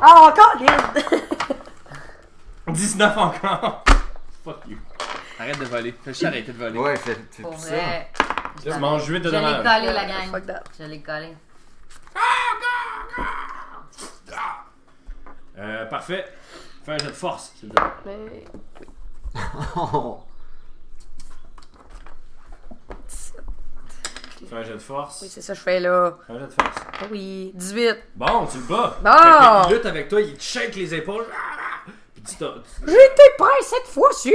Ah, 19 encore. Fuck you. Arrête de voler. Fais juste arrêter de voler. Ouais, c'est c'est Pour tout ça. vrai. Tu manges 8 Je de l'ai dommages. collé, la gang. Fuck that. Je l'ai collé. Euh, parfait. Fais un jet de force, s'il te plaît. Mais. Fais un jet de force. Oui, c'est ça que je fais là. Fais un jet de force. Ah Oui, 18. Bon, tu le bats. Bon! Fait que Il lutte avec toi, il te shake les épaules. Puis tu te, tu- J'étais pas cette fois-ci!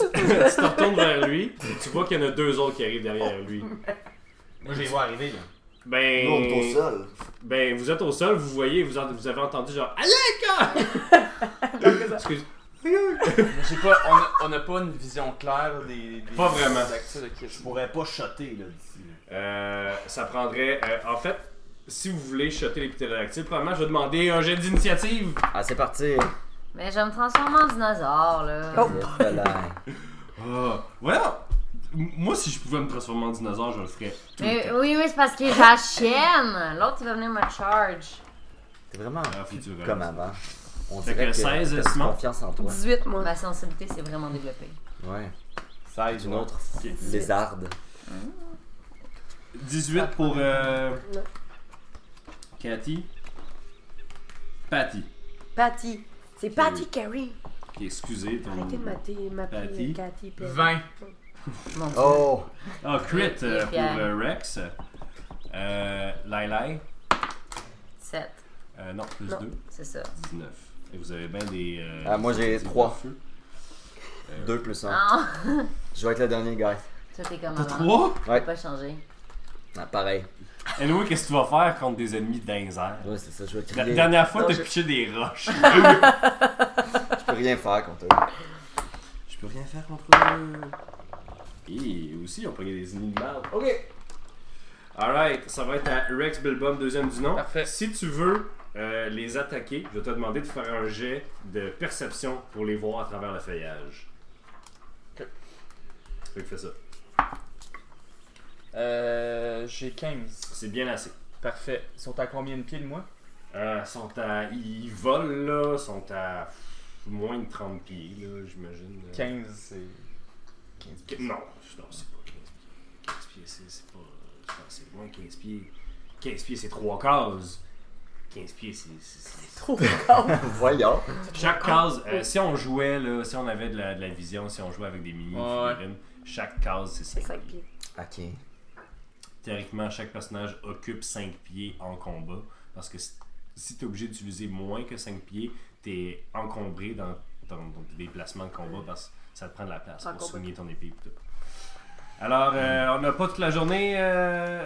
tu te retournes vers lui. Tu vois qu'il y en a deux autres qui arrivent derrière lui. Moi, je les vois arriver, là. Ben. Nous, on est au sol. Ben, vous êtes au sol, vous voyez, vous, en- vous avez entendu genre. Allez, gars! Excuse. Mais j'ai pas, on a- on n'a pas une vision claire des. des Pas vraiment. des actus de Chris. Je pourrais pas shotter, là, d'ici. là. Euh, ça prendrait. euh, en fait, si vous voulez shotter les ptérodactyles, probablement je vais demander un jet d'initiative. Ah, c'est parti. Mais je vais me transformer en dinosaure, là. Oh. Ah, voilà! M- Moi, si je pouvais me transformer en dinosaure, je le ferais. tout le Euh, Mais, temps. oui, oui, c'est parce que j'ai la chienne. L'autre, il va venir me charge. T'es vraiment oh. Ah, faut que tu le comme relances. avant. On Fait dirait que que 16, t'as plus Simon. confiance en toi. 18, moi. Ma sensibilité s'est vraiment développée. Ouais. 16, Une ouais. autre Ok. lézarde. Ah. 18 pour. Euh... Non. Cathy. Patty. Patty. C'est Patty Patty Carey. Ok, excusez ton. Arrêtez de mater ma Patty. fille Cathy. puis- 20. Mon Dieu. Oh! Ah, crit euh, pour Pierre. euh, Rex. Euh, Lai Lai. 7. Euh, non, plus Non. 2. C'est ça. 19. Et vous avez bien des. euh, Ah, moi, j'ai des trois. coups de feu. 2 plus 1. Ah. Non. Je vais être le dernier, gars. Toi, t'es comme T'as avant. 3 T'as pas changé. Ah, pareil. Anyway, qu'est-ce que tu vas faire contre des ennemis d'insert Ouais, c'est ça, je vais La crier. dernière fois, Non, t'as je- piché des roches. Je peux rien faire contre eux. Je peux rien faire contre eux. Et aussi, on prenait des ennemis de merde. Ok. Alright, ça va être à Rex Bilbom, deuxième du nom. Parfait. Si tu veux euh, les attaquer, je vais te demander de faire un jet de perception pour les voir à travers le feuillage. Ok. Fait que fais ça. Euh, j'ai 15. C'est bien assez. Parfait. Ils sont à combien de pieds de moi Euh, sont à... Ils volent, là. sont à moins de 30 pieds, là, j'imagine. 15, c'est. 15 Qu- Non, non c'est pas 15 pieds. 15 pieds, c'est c'est pas. je pense que C'est moins 15 pieds. 15 pieds, c'est 3 cases. 15 pieds, c'est. c'est- c'est- Trop. Voyons. Chaque case, euh, si on jouait, là, si on avait de la, de la vision, si on jouait avec des mini Ouais. figurines, chaque case, c'est 5, 5 pieds. pieds. Ok. Théoriquement, chaque personnage occupe 5 pieds en combat. Parce que si- si t'es obligé d'utiliser moins que 5 pieds, t'es encombré dans, dans, dans tes déplacements de combat parce que ça te prend de la place En pour combat. soigner ton épée et tout. Alors, euh, on n'a pas toute la journée. euh,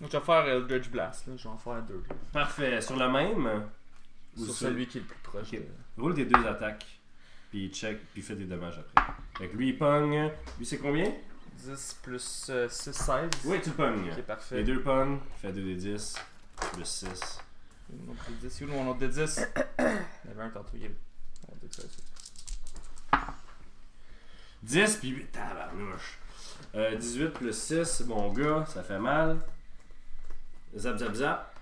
Donc, je vais faire Eldritch Blast. Là. Je vais en faire deux. là. Parfait. Sur le même Ou Sur sur- celui qui est le plus proche. Ok. de- Roule tes deux attaques. Puis il check, puis il fait des dommages après. Fait que lui, il pogne. Lui, c'est combien 10 plus 6, 16. Oui, tu le pognes. Ok, Les parfait. deux pognes. Fait 2 des 10. Plus 6. Mon autre de 10. Il est où mon autre de 10 Il y avait un tantôt. Il y avait. On va dire ça, ça. 10, puis. Tabarnouche. Euh, 18 plus 6, mon gars, ça fait mal. Zap, zap, zap.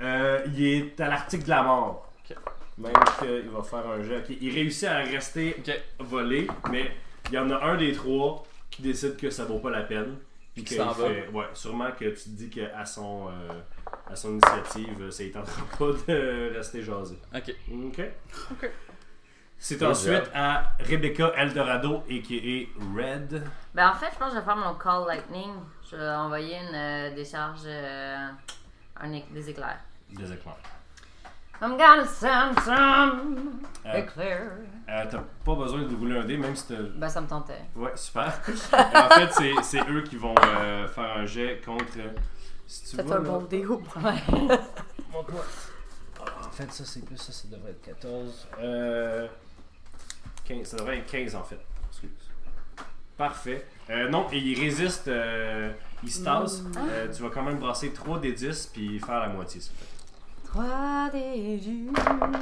Euh, il est à l'article de la mort. Ok. Même qu'il va faire un jeu. Ok, Il réussit à rester Ok. voler, mais il y en a un des trois qui décide que ça vaut pas la peine. Puis Qui qu'il s'en va. fait- Ouais, sûrement que tu te dis qu'à son, euh, à son initiative, euh, ça ne tentera pas de rester jasé. Ok. Ok. Ok. C'est Good ensuite job. à Rebecca Eldorado, a.k.a. Red. Ben, en fait, je pense que je vais faire mon call lightning. Je vais envoyer une euh, décharge. euh, un é- des éclairs. Des éclairs. I'm gonna send some Euh, éclairs. euh, T'as pas besoin de rouler un dé, même si t'as Ben, ça me tentait. Ouais, super. en fait, c'est- c'est eux qui vont euh, faire un jet contre. euh, Si tu Ça fait vois, un là- bon déo. Ah, En fait, ça c'est plus ça, ça devrait être 14. Euh, 15, ça devrait être 15 en fait. Excuse. Parfait. Euh, non, et il résiste, euh, il se tasse. Mm. Euh, tu vas quand même brasser 3 des 10 puis faire la moitié. s'il te plaît. 3 des vues.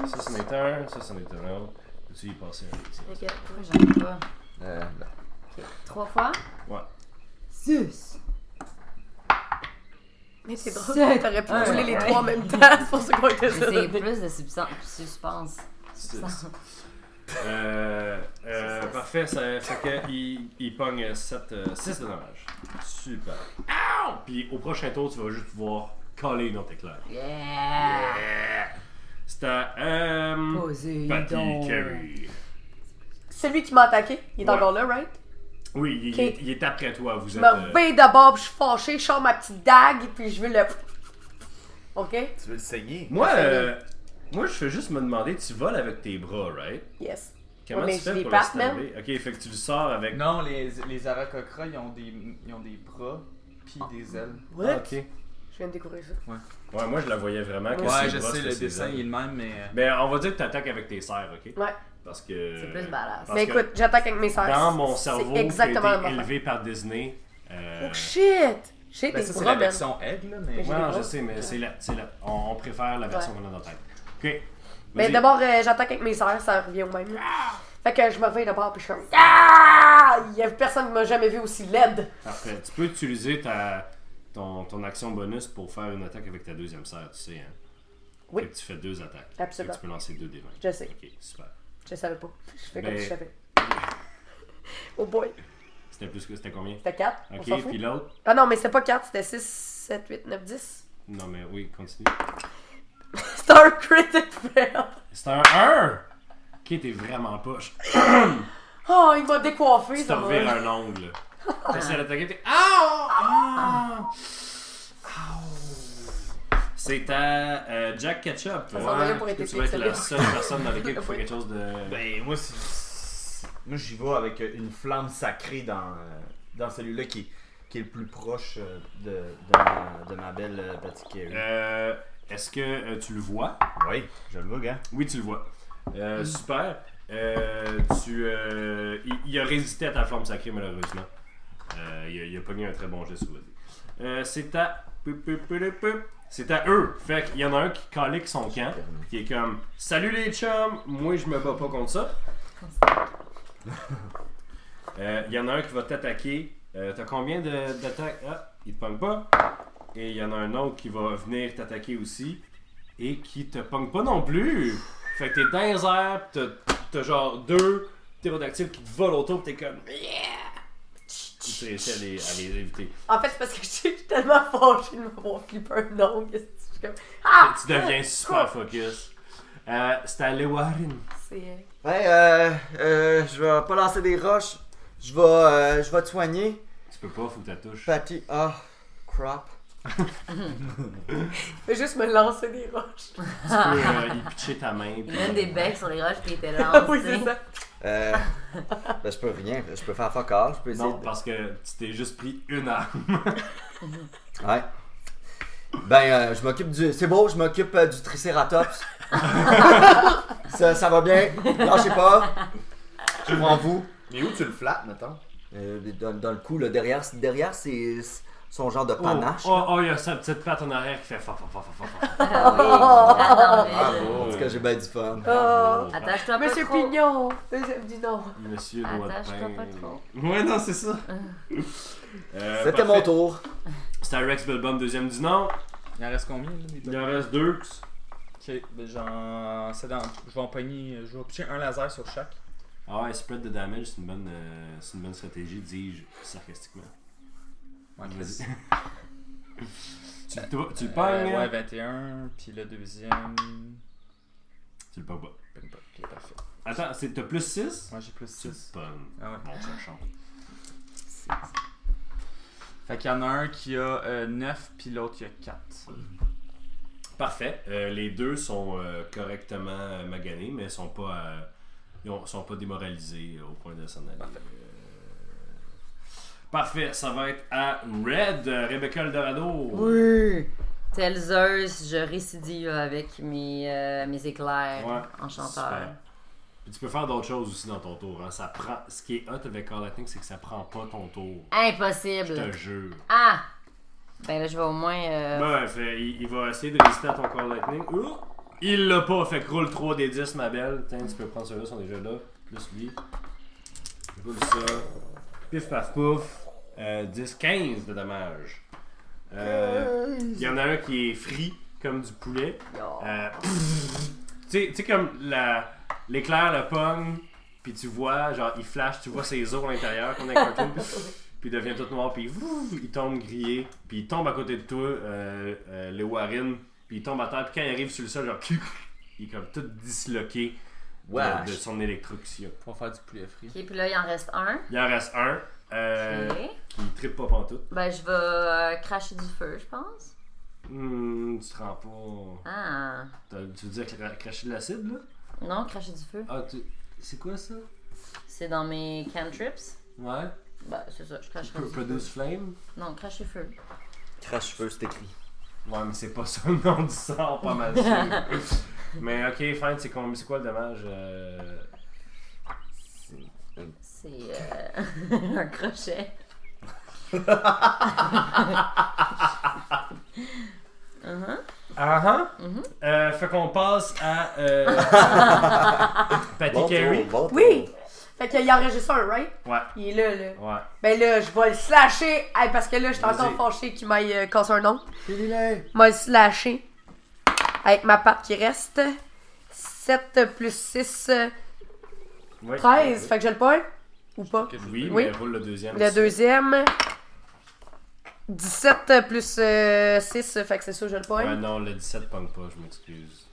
Ça, c'en est un, ça, c'en est un autre. Peux-tu y passer un petit? Pourquoi j'arrive pas? Euh, ben, 3 fois? Ouais. 6. Mais c'est drôle. Sept. T'aurais pu Un. rouler les trois en même temps. C'est pour ça qu'on était C'est ça. plus de substance- suspense. C'est- Euh, euh, C'est ça. parfait, ça fait que il, il pogne 7, 6 de dommages. Super. Ow! Puis au prochain tour, tu vas juste pouvoir coller une autre éclair. Yeah! C'est à euh, Posé Patty donc. Carey. Celui qui m'a attaqué, il est Ouais. encore là, right? Oui, il, Ok. il est- il est après toi. Vous Je êtes. me euh, réveille de bord, puis je suis fâchée, je sors ma petite dague, puis je veux le. Ok? Tu veux le saigner? Moi, Ça fait euh, moi, je fais juste me demander, tu voles avec tes bras, right? Yes. Comment mais tu je fais les pour le passe, stabber? Ok, fait que tu le sors avec. Non, les, les aracocras, ils ont des, ils ont des bras puis des ailes. What? Ah, ok. Je viens de découvrir ça. Ouais, moi, je la voyais vraiment. Que Ouais, ses je bras, sais, c'était le ses dessin ailes. il est le même, mais. Mais on va dire que t'attaques avec tes serres, ok? Ouais. Parce que. C'est plus badass. parce Mais que écoute, j'attaque avec mes sœurs. Dans mon C'est cerveau, j'ai été exactement la même affaire. élevé par Disney. euh, Oh shit! J'ai Ben, des ça, c'est bras, la man. version aigle, là, mais. j'ai ouais, des non, bras. je sais, mais c'est la, c'est la- on, on préfère la version Ouais. qu'on a dans la tête. Ok. Mais Vas-y. d'abord, euh, j'attaque avec mes sœurs, ça revient au même. là. Ah! Fait que je me réveille d'abord, puis je suis comme. Ah! Il y a personne qui m'a jamais vu aussi laide. Parfait. Tu peux utiliser ta, ton, ton action bonus pour faire une attaque avec ta deuxième serre, tu sais. Hein? Oui. Fait que tu fais deux attaques. Absolument. Fait que tu peux lancer deux des vingt. Je sais. Ok, super. Je savais pas. Je fais comme Ben- si je savais. Oh boy. C'était plus que. C'était combien C'était 4. on s'en Ok, fout. puis l'autre. Ah non, mais c'était pas 4, c'était 6, 7, 8, 9, 10. Non, mais oui, continue. C'était un critic fail. C'est un 1 Qui était vraiment poche. Oh, il m'a décoiffé. Tu te ça m'a- revires un ongle. T'essaies d'attaquer, t'es. Aouh! Ah! Aouh! C'est à euh, Jack Ketchup. Ça s'en va bien pour Est-ce que être tu vas être la éclairé. seule personne dans l'équipe qui fait quelque chose de. Ben, moi, c'est. Moi, j'y vais avec euh, une flamme sacrée dans, euh, dans celui-là qui, est- qui est le plus proche euh, de, de, ma, de ma belle euh, petite Carrie. Euh, Est-ce que euh, tu le vois? Oui, je le vois, gars. Oui, tu le vois. Euh, Super. Euh, tu, euh, il, il a résisté à ta flamme sacrée, malheureusement. Euh, il, a, il a pogné un très bon geste, vas Euh, c'est à. pup, pup, pup, pup. C'est à eux. Fait qu'il y en a un qui calique son camp, qui est comme Salut les chums, moi je me bats pas contre ça. Euh, Il y en a un qui va t'attaquer. Euh, T'as combien de- d'attaques Ah, il te pogne pas. Et il y en a un autre qui va venir t'attaquer aussi et qui te pogne pas non plus. Fait que t'es dans les airs, pis t'as- t'as genre deux ptérodactyles qui te volent autour, pis t'es comme yeah! Tu essaies de les, à les éviter. En fait, c'est parce que je suis tellement fâchée de m'avoir flippé un nom. que Je suis comme. tu deviens super focus. Euh, c'est à Lewarin. C'est. Ouais, euh, euh, je vais pas lancer des roches. Je vais, euh, je vais te soigner. Tu peux pas, faut que tu touches. Patty, ah, crap. Fais juste me lancer des roches. Tu peux euh, y pitcher ta main. Ah. Il pis- donne des becs sur les roches puis il était là. Ah oui, c'est ça. Euh, ben, je peux rien. Je peux faire fuck all. Je peux essayer. Non, de- parce que tu t'es juste pris une arme. Ouais. Ben, euh, je m'occupe du. C'est beau, je m'occupe euh, du triceratops. ça, ça va bien. Lâchez pas. Je prends en vous. Mais où tu le flattes, mettons? Euh, dans, dans le cou, là, derrière, derrière c'est son genre de Oh, panache. oh, oh, il y a sa petite patte en arrière qui fait fa fa fa fa fa, fa. Ah Ah, Attends, En tout oh. cas, j'ai bien du fun. Bravo. Attache-toi pas Monsieur trop. Pignon, deuxième du nom. Monsieur doit Attache-toi pas trop. Ah. Ouais, non, c'est ça. Euh, C'était parfait. mon tour. C'est à Rex Belbum, deuxième du nom. Il en reste combien, là, des Il en reste deux. Ok, ben j'en. c'est dans- Je vais empoigner. Je vais pitcher un laser sur chaque. Ah ouais, spread de damage, c'est une bonne, euh, c'est une bonne stratégie, dis-je sarcastiquement. Ouais, Vas-y. Chris. tu, le to- tu hein? le Euh, pognes? ouais, 21, puis le deuxième. Tu le pognes pas. Ping pong, ok, parfait. Attends, c'est- t'as plus 6? Moi j'ai plus Tu le 6. pognes. Ah ouais. Bon cochon. Fait qu'il y en a un qui a 9, puis l'autre qui a 4. Parfait. Euh, les deux sont euh, correctement euh, maganés, mais sont pas, euh, ils ont- sont pas démoralisés au point de s'en aller. Parfait. Parfait, ça va être à Red, euh, Rebecca Eldorado. Oui. Tel Zeus, je récidive avec mes, euh, mes éclairs Ouais, enchanteurs. Super. Puis tu peux faire d'autres choses aussi dans ton tour. Hein. Ça prend... Ce qui est hot avec Call Lightning, c'est que ça prend pas ton tour. Je te Impossible. jure. Ah! Ben là, je vais au moins. euh, Ben, fait, il, il va essayer de résister à ton Call Lightning. Ouh! Il l'a pas, fait que roule 3 des 10, ma belle. Tiens, tu peux prendre ceux-là, ils sont déjà là. Plus lui. Roule ça. Pif paf pouf. Euh, 10, 15 de dommages. Euh, Il y en a un qui est frit comme du poulet. Yo. Euh, pfff. tu sais- tu sais, comme la- l'éclair, le pogne, Puis tu vois, genre, il flash, tu vois ses os à l'intérieur, comme dans un cartoon. puis il devient tout noir, puis vouf, il tombe grillé. Puis il tombe à côté de toi, euh, euh, le Warren. Puis il tombe à terre, puis quand il arrive sur le sol, genre, il est comme tout disloqué de- Wesh. de, son électrocution. Pour faire du poulet frit. Ok, puis là, il en reste un. Il en reste un euh, Ok. qui trippe pas pantoute. Ben, je vais euh, cracher du feu, je pense. Hum, tu te rends pas. Ah. T'as- Tu veux dire cra- cracher de l'acide, là Non, cracher du feu. Ah, tu- c'est quoi ça C'est dans mes cantrips. Ouais. Ben, c'est ça, je cracherai Pro- du feu. Produce flame. Non, cracher feu. Crache-feu, c'est écrit. Ouais, mais c'est pas ça le nom du sort, pas mal sûr. mais ok, fine, c'est com- c'est quoi le dommage euh, C'est euh, un crochet. Mhm. Ah ah. Mhm. Euh, fait qu'on passe à euh, Patty Bon Carey. tour, bon tour. Oui! Fait qu'il en reste juste un, right? Ouais, Il est là, là. ouais. Ben là, je vais le slasher! Hey, parce que là, je suis Vas-y. encore fâché qu'il m'aille euh, casser un ongle. Finis-le. Je vais le slasher. Avec ma patte qui reste. 7 plus 6, ouais. 13. Fait que je le pogne? Ou pas? Quelque chose Oui, Oui. Euh, mais roule le deuxième. Le deuxième. 17 plus 6, fait que c'est ça, je le pogne. Ouais, non, le 17 punk pas, je m'excuse.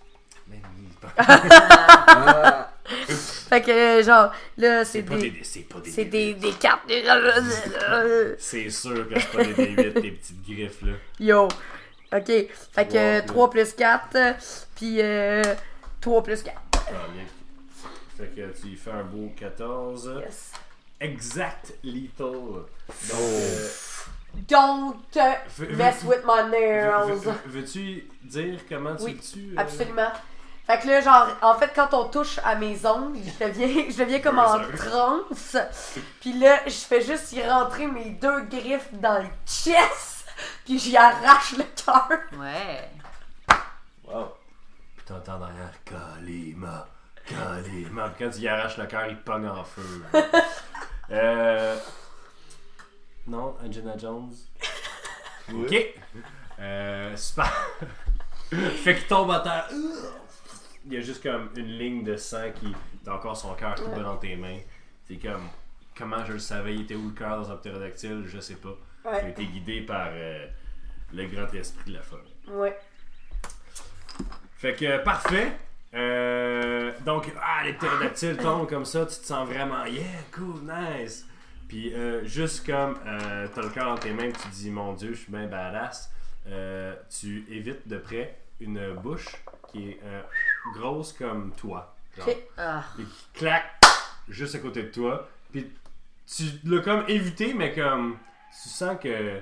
Mais oui, il punk. Ah, Fait que, euh, genre, là, c'est c'est pas des. des. C'est pas des. C'est D8. des, des cartes. des- C'est sûr que c'est pas des D8, tes petites griffes, là. Yo. Ok. Fait que Trois, 3 plus 4, puis euh, 3 plus 4. Ah, bien. Fait que tu y fais un beau 14. Yes. Exact lethal. Donc, euh, Don't euh, Veux- mess with my veux- nails. veux- veux-tu dire comment tu Oui, le tues? euh, Absolument. Fait que là, genre, en fait, quand on touche à mes ongles, je deviens, je deviens comme en Buzzer. transe. Puis là, je fais juste y rentrer mes deux griffes dans le chest. Puis j'y arrache le cœur. Ouais. Wow. Puis t'entends derrière Kalima, Kalima. Puis quand tu y arraches le cœur, il te pogne en feu. euh... Non, Angina Jones. Ok. Euh, super. fait qu'il tombe à terre. Il y a juste comme une ligne de sang qui. T'as encore son cœur qui bat dans tes mains. C'est comme. Comment je le savais, il était où le cœur dans un ptérodactyle, je sais pas. J'ai Ouais. été guidé par euh, le grand esprit de la forêt. Ouais. Fait que euh, parfait. Euh, donc, ah, les ptérodactyles tombent comme ça, tu te sens vraiment yeah, cool, nice. Puis, euh, juste comme euh, t'as le cœur dans tes mains, tu te dis mon dieu, je suis bien badass, euh, tu évites de près une bouche qui est euh, grosse comme toi. Genre, Ok. Ah. et qui claque juste à côté de toi. Puis tu l'as comme évité, mais comme tu sens que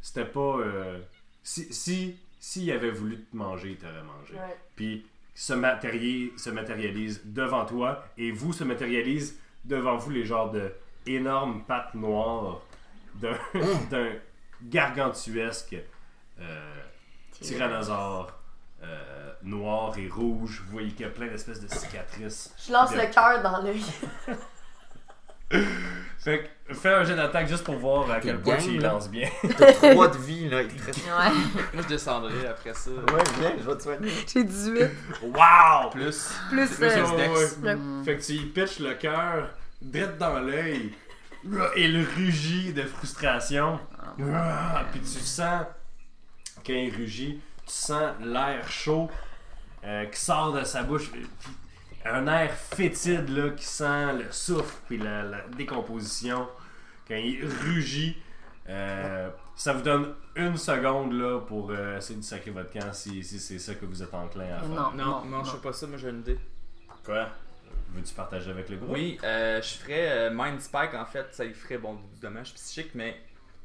c'était pas. euh, si, si, s'il avait voulu te manger, il t'aurait mangé. Ouais. Puis se, matérie- se matérialise devant toi et vous se matérialise devant vous les genres de énormes pattes noires d'un d'un gargantuesque euh, tyrannosaure euh, noir et rouge. Vous voyez qu'il y a plein d'espèces de cicatrices. Je lance Bien. le cœur dans l'œil. Fait que fais un jet d'attaque juste pour voir à quel point gang, tu y là. lances bien. T'as trois de vie, là. Il te reste- Ouais. Moi, je descendrai après ça. Ouais, viens, je vais te soigner. J'ai 18. Wow! Plus. Plus. Plus euh, un dex. le- Fait que tu y pitches le cœur direct dans l'œil. Et le rugit de frustration. Ah, Puis tu sens, quand il rugit, tu sens l'air chaud euh, qui sort de sa bouche. Un air fétide là, qui sent le souffle puis la, la décomposition. Quand il rugit, euh, ça vous donne une seconde là, pour euh, essayer de sacrer votre camp si, si c'est ça que vous êtes enclin à faire. Non. Non, non, je fais pas ça, moi j'ai une idée. Quoi? Veux-tu partager avec le groupe? Oui, euh, je ferais euh, Mind Spike en fait, ça lui ferait bon, du dommage psychique, mais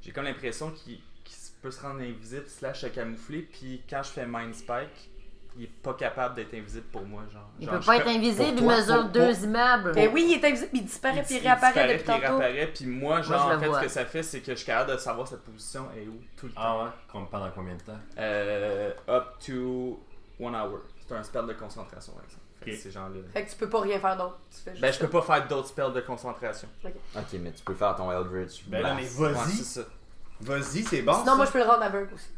j'ai comme l'impression qu'il qu'il se- peut se rendre invisible, slash se camoufler, puis quand je fais Mind Spike, il est pas capable d'être invisible pour moi. Genre, Il Genre, peut je pas fais- être invisible, il pour toi, mesure pour- deux immeubles. Ben oui, il est invisible, il disparaît il- puis il il réapparaît disparaît, depuis puis il tantôt. réapparaît, puis moi, genre, je le en fait, vois. ce que ça fait, c'est que je suis capable de savoir sa position est où tout le temps. Ah ouais? Comme pendant combien de temps? Euh, up to one hour. C'est un spell de concentration, par exemple. Fait que Ok. C'est genre le... Fait que tu peux pas rien faire d'autre. Tu fais juste Ben, je peux pas faire d'autres spells de concentration. Ok, mais tu peux faire ton Eldritch. Ben non, Blast. mais Ouais, c'est vas-y, ça. vas-y, c'est Ah, bon. Sinon, moi, je peux le rendre aveugle aussi.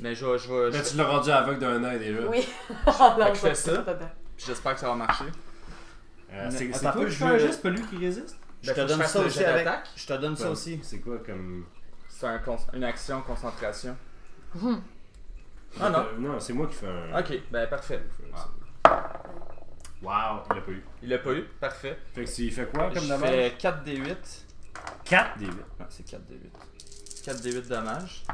Mais je vais- je vais- Ben, Là, je- tu l'as Euh. rendu aveugle d'un œil déjà. Oui. Ben, que je fais ça. Puis J'espère que ça va marcher. Euh, c'est Attends c'est un toi peu, qui je fais un veux- geste, pas lui qui résiste Je faut te que donne fasse ça le aussi jet avec. d'attaque? Je te donne ça Ouais. aussi. C'est quoi comme. C'est un cons- une action concentration. Ah Euh, non. non, c'est moi qui fais un. Ok, ben parfait. Wow, il a pas eu. Il l'a pas eu, parfait. Fait que tu fais quoi comme Je d'abord fais 4 d 8. 4 des 8. Ouais, Ah, c'est 4 d 8. 4 d 8 dommages.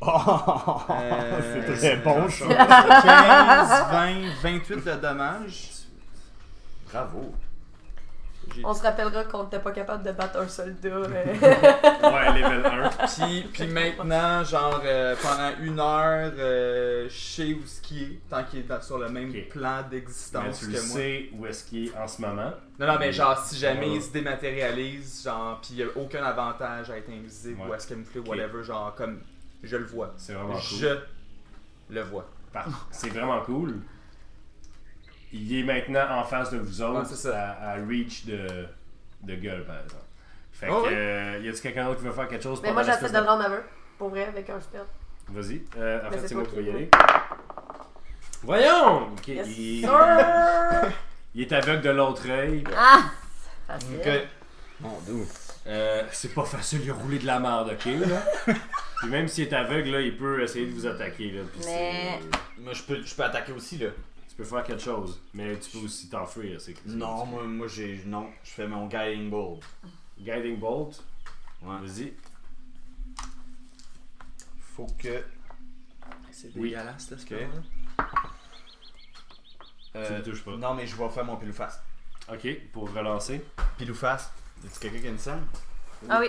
Oh, Euh, c'est bon, ça. 15, 20, 28 de dommages. Bravo. J'ai- On se rappellera qu'on n'était pas capable de battre un soldat. euh. Ouais, level 1. Puis, puis maintenant, genre, euh, pendant une heure, euh, je sais où ce qu'il est, tant qu'il est dans- sur le même Ok. plan Mais d'existence tu que le moi. sais où est-ce qu'il est en ce moment. Non, non, mais genre, si jamais Ouais. il se dématérialise, genre, pis il y a aucun avantage à être invisible Ouais. ou à se camoufler, whatever, genre, comme, je le vois. C'est vraiment cool. Je le vois. Par- Bah, C'est vraiment cool. Il est maintenant en face de vous autres Ouais, c'est ça. À, à reach de, de gueule, par exemple. Fait que, Oh, ouais. euh, y a-t-il quelqu'un d'autre qui veut faire quelque chose Mais pendant moi, j'essaie l'espèce de me rendre aveugle. Pour vrai, avec un spell. Vas-y. Euh, en Mais fait, c'est c'est moi toi qui vais y qui- aller. Voyons! Ok, Yes, il... sir! il est aveugle de l'autre œil. Ah! Facile. Mon dieu. Euh, c'est pas facile, il a roulé de la merde, ok? Là. Puis même s'il est aveugle, là, il peut essayer de vous attaquer. Là, puis Mais- c'est- Moi, je peux, je peux attaquer aussi, là. Tu peux faire quelque chose, mais tu peux aussi t'enfuir. c'est- c'est- Non, moi, moi j'ai. Non, je fais mon guiding ball. Guiding Bolt, Ouais. vas-y. Faut que. C'est Oui. dégueulasse, là, ce Ok. que là. Tu euh, ne touches pas. non, mais je vais faire mon pilou face. Ok, pour relancer. Pilou face. Y'a-tu quelqu'un qui a une scène Ah oui.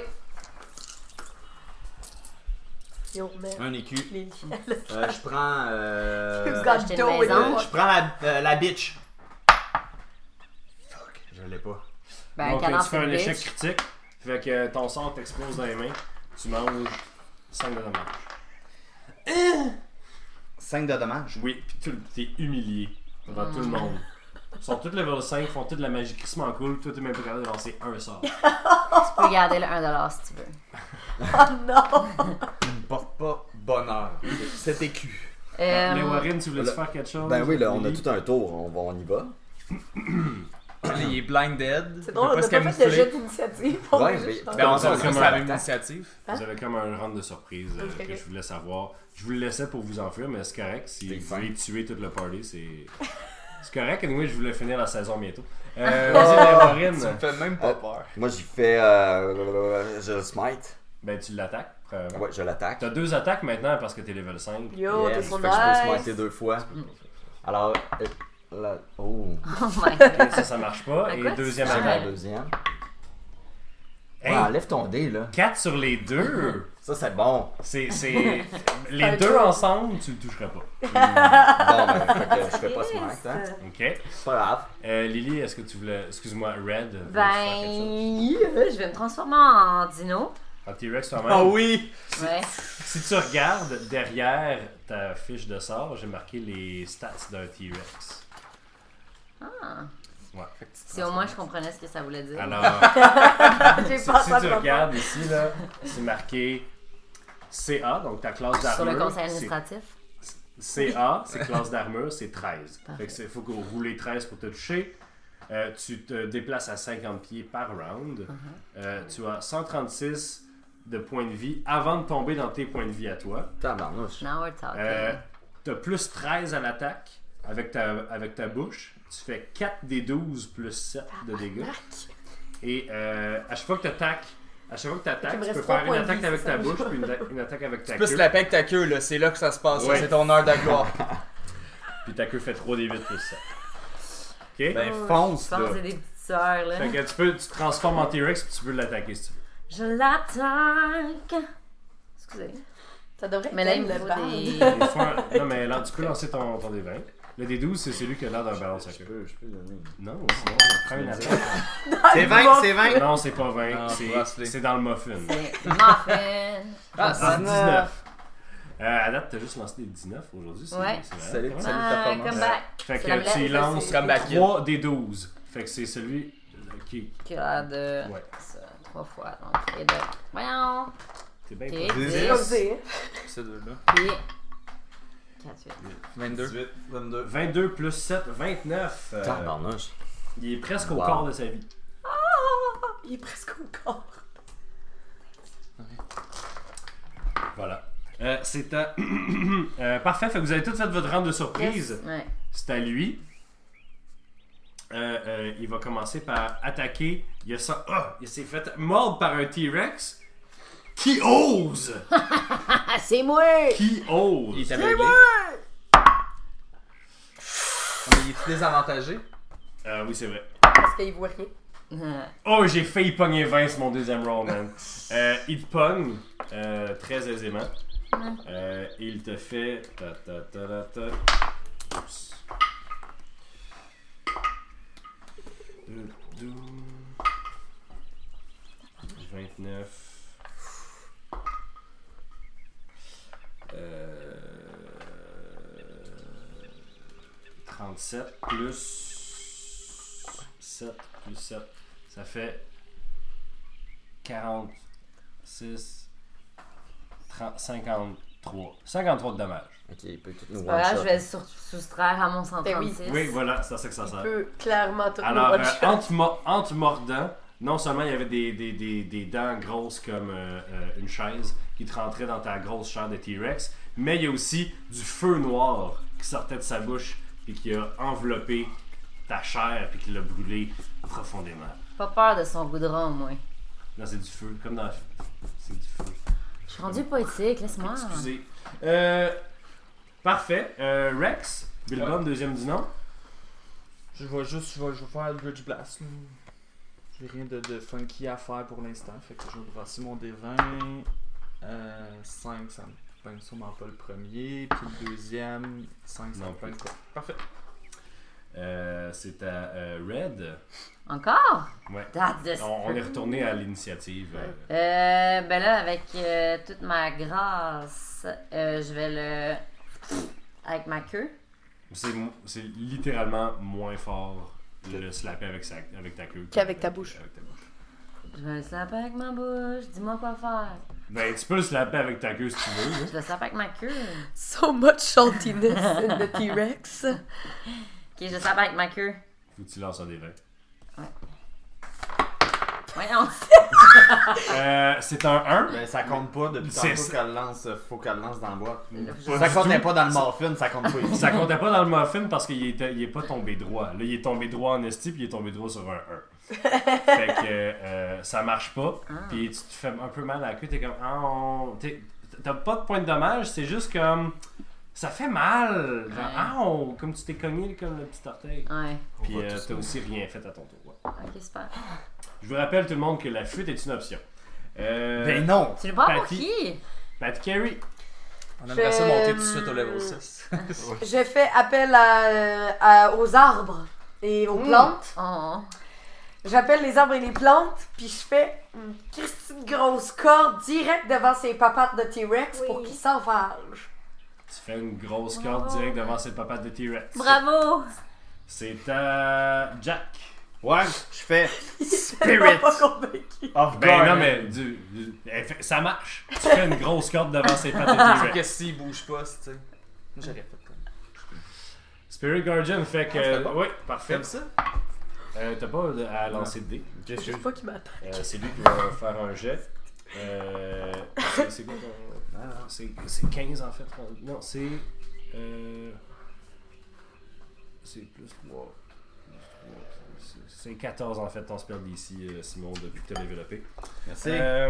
Yo, merde. Un écu. Les liens. Euh, je prends. It's Euh, got acheter une dough in maison. it. je prends la, euh, la bitch. Fuck, je l'ai pas. Ben, Donc, euh, cadence tu fais un de échec bitch. critique, fait que ton sort t'explose dans les mains, tu manges 5 de dommages. 5 de dommages. Oui, puis tu t'es humilié devant tout le Hmm. monde. Ils sont tous level 5, font toute la magie crissement cool, toi t'es même pas capable de lancer un sort. Tu peux garder le 1$ si tu veux. Oh non! ne porte pas bonheur. Cet écu. Euh, Mais Warren, tu voulais là- faire quelque chose? Ben oui, là, on a Lily? tout un tour. On, va- on y va. Il est blinded. C'est drôle, on n'a pas il peut se fait de camoufler. jet d'initiative. On Ouais, a juste mais- changé. Ben, on Comment ça, on- comment? c'est la même initiative. Hein? Vous avez comme un round de surprise euh, Ok, ok. que je voulais savoir. Je vous le laissais pour vous enfuir, mais c'est correct. Si T'es vous fin. voulez tuer toute le party, c'est. C'est correct, anyway, je voulais finir la saison bientôt. Euh, vas-y, Warren. Tu me fais même pas peur. Moi, j'y fais. Euh, je le smite. Ah Ben, tu l'attaques. probablement. Ouais, je l'attaque. T'as deux attaques maintenant parce que t'es level 5. Yo, Yes, Oh, t'es fait que son je peux smiter nice! deux fois. Alors, euh, la... oh, Oh my god. Ça, ça marche pas. Ben, Et quoi, deuxième tu c'est la attaque. deuxième. Hey, Ouais, enlève ton dé, là. 4 sur les deux. Ça, c'est bon. C'est. c'est- un les deux tour. ensemble, tu le toucherais pas. Bon, ben, fait que je fais pas smite, hein. Ok. C'est pas grave. Euh, Lily, est-ce que tu voulais. Excuse-moi, Red. voulais-tu Ben, faire quelque chose? euh, je vais me transformer en dino. En T-Rex toi-même. Ah oui! Ouais. Si tu regardes derrière ta fiche de sort, j'ai marqué les stats d'un T-Rex. Ah. Ouais. Si au moins je comprenais ce que ça voulait dire. Alors, J'ai si, pas si ça tu de regardes ici, là, c'est marqué CA, donc ta classe Sur le d'armure. conseil c'est- administratif. CA, c'est classe d'armure, c'est 13. Parfait. Fait que c'est- faut qu'on roule 13 pour te toucher. Euh, tu te déplaces à 50 pieds par round. Uh-huh. Euh, tu as 136 de points de vie avant de tomber dans tes points de vie à toi. Tabarnouche. Now we're talking. Euh, T'as plus 13 à l'attaque avec ta, avec ta bouche. Tu fais 4 des 12 plus 7 de dégâts. Et euh, à chaque fois que t'attaques, à chaque fois que Il t'attaques, me tu peux reste trois faire une points de attaque vie, avec c'est ça? ta bouche puis une, atta- une attaque avec ta Plus queue. la pec ta queue, là, c'est là que ça se passe. ça, Ouais. C'est ton heure de gloire. Puis ta queue fait 3 des 8 plus 7. OK? Ben fonce, Je pense que c'est là. des petites sœurs, là. fait que tu, peux, tu te transformes en T-Rex puis tu peux l'attaquer si tu veux. Je l'attaque. Excusez. Ça devrait Mais là, il me être faut band. des. Des fois, non, mais là, tu peux lancer ton, ton D20. Le D12, c'est celui qui a l'air d'un ballon Je soccer. peux, je peux donner. Non, sinon, prends une attaque. C'est Ah, 20, c'est 20. Non, c'est pas Non, 20. Ah, C'est bracelet. c'est dans le muffin. des muffins. Ah, Ah, 19. 19. Euh, à date, t'as juste lancé des 19 aujourd'hui. c'est- Ouais. c'est malade, Salut, quand même. salut ta Ah, performance. come back. Fait c'est la que tu blague, lances c'est- Comme la kid. 3 des 12. Fait que c'est celui euh, qui. Qui a de. Ouais. Ça, trois fois. Donc, et de. Voyons. T'es bien Ok. content. Osé. Ces deux-là. Puis. 4 22. 18, 22. 22 plus 7, 29. Euh, Tabarnouche. il est presque au Wow. corps de sa vie. Il est presque au corps. Voilà. Euh, c'est à. Euh, parfait, fait que vous avez tout fait votre rente de surprise. Ouais. C'est à lui. Euh, euh, il va commencer par attaquer. Il a ça. Ah! il s'est fait mordre par un T-Rex. Qui ose Ah, c'est moi! Qui ose Il est aveuglé. Ah, Mais il est désavantagé? Ah oui, c'est vrai. Parce qu'il voit rien. Euh, Oh, j'ai failli pogner 20 sur mon deuxième round, man. Euh, il te pogne euh, très aisément. Euh, il te fait. ta, ta, ta, ta, ta. Oups. Deux, deux. 29. Euh, 37 plus 7 plus 7. Ça fait 46, 30, 53. 53 de dommages. Ok, il peut tout nous one Voilà, je shot. vais sur- soustraire à mon 136. Oui, voilà, c'est à ça que ça Il sert. peut clairement tout Alors, nous euh, en, te mo- en te mordant, non seulement il y avait des, des, des, des dents grosses comme euh, euh, une chaise qui te rentraient dans ta grosse chair de T-Rex, mais il y a aussi du feu noir qui sortait de sa bouche et qui a enveloppé ta chair et qui l'a brûlé profondément. Pas peur de son goudron, moi. Non, c'est du feu, comme dans... C'est du feu. Je suis rendu poétique, Ah. laisse-moi. Excusez. Euh, parfait. Euh, Rex, Bilbom, deuxième du nom. Je vais juste je vais, je vais faire Bridge Blast. J'ai rien de, de funky à faire pour l'instant. Fait que je vais brasser mon D20. Euh, 5, ça me pogne sûrement pas le premier. Puis le deuxième, 5, ça Non me pogne pas. Parfait. Euh, c'est à euh, Red. Encore? Ouais. That's the On, on est retourné à l'initiative. euh, Euh, ben là, avec euh, toute ma grâce, euh, je vais le. Avec ma queue. C'est, mo- c'est littéralement moins fort le slapper avec, sa, avec ta queue. Qu'avec ta bouche. Avec ta bouche. Je vais le slapper avec ma bouche. Dis-moi quoi faire. Ben, tu peux le slapper avec ta queue si tu veux. Je le slappe avec ma queue. So much saltiness in the T-Rex. Ok, je le slappe avec ma queue. Faut que tu lances un des vingt. Voyons. Euh, c'est un 1. Ben, ça compte pas depuis C'est- tantôt qu'elle lance, euh, faut qu'elle lance dans la boîte. Je- Ça comptait pas dans le morphine, ça compte pas ici. Ça comptait pas dans le muffin parce qu'il était, il est pas tombé droit. Là, il est tombé droit en esti puis il est tombé droit sur un 1. fait que euh, ça marche pas. Puis tu te fais un peu mal à la queue. T'es comme. Ah, on- t'es- T'as pas de point de dommage, c'est juste comme. Ça fait mal. Genre, Ouais. Ah. ah, on- comme tu t'es cogné comme le petit orteil. Ouais. Puis va euh, tous t'as nous- aussi rien fait à ton tour. ouais. Ok, super. Je vous rappelle tout le monde que la fuite est une option. Euh, Ben non! Tu le prends pour Patty. qui? Pat Carey. On aimerait ça Je- monter tout de suite au level 6. Je fais appel à- à- aux arbres et aux plantes. Oh. J'appelle les arbres et les plantes, puis je fais une petite grosse corde direct devant ces papates de T-Rex pour qu'ils s'envagent. Tu fais une grosse corde direct devant ses papas de T-Rex. Bravo! C'est à Jack. Ouais, je fais Je suis Spirit pas convaincue. of God. euh, Ben non, mais du, du- elle fait- ça marche. Tu fais une grosse corde devant ses pattes de que T-Rex. s'il bouge pas, c'est- tu sais. Moi, j'aurais fait comme. Spirit Guardian fait que. Ah, c'était bon. oui, parfait. Comme ça? Euh, T'as pas de- à lancer de dés. Qu'est-ce que- Je sais pas qui m'attend. Euh, c'est lui qui va faire un jet. Euh, c'est- c'est quoi ton. Non, non. C'est c'est 15 en fait. Non, c'est. Euh, c'est plus 3. C'est 14 en fait ton spell d'ici, Simon, depuis que t'as développé. Merci. Euh,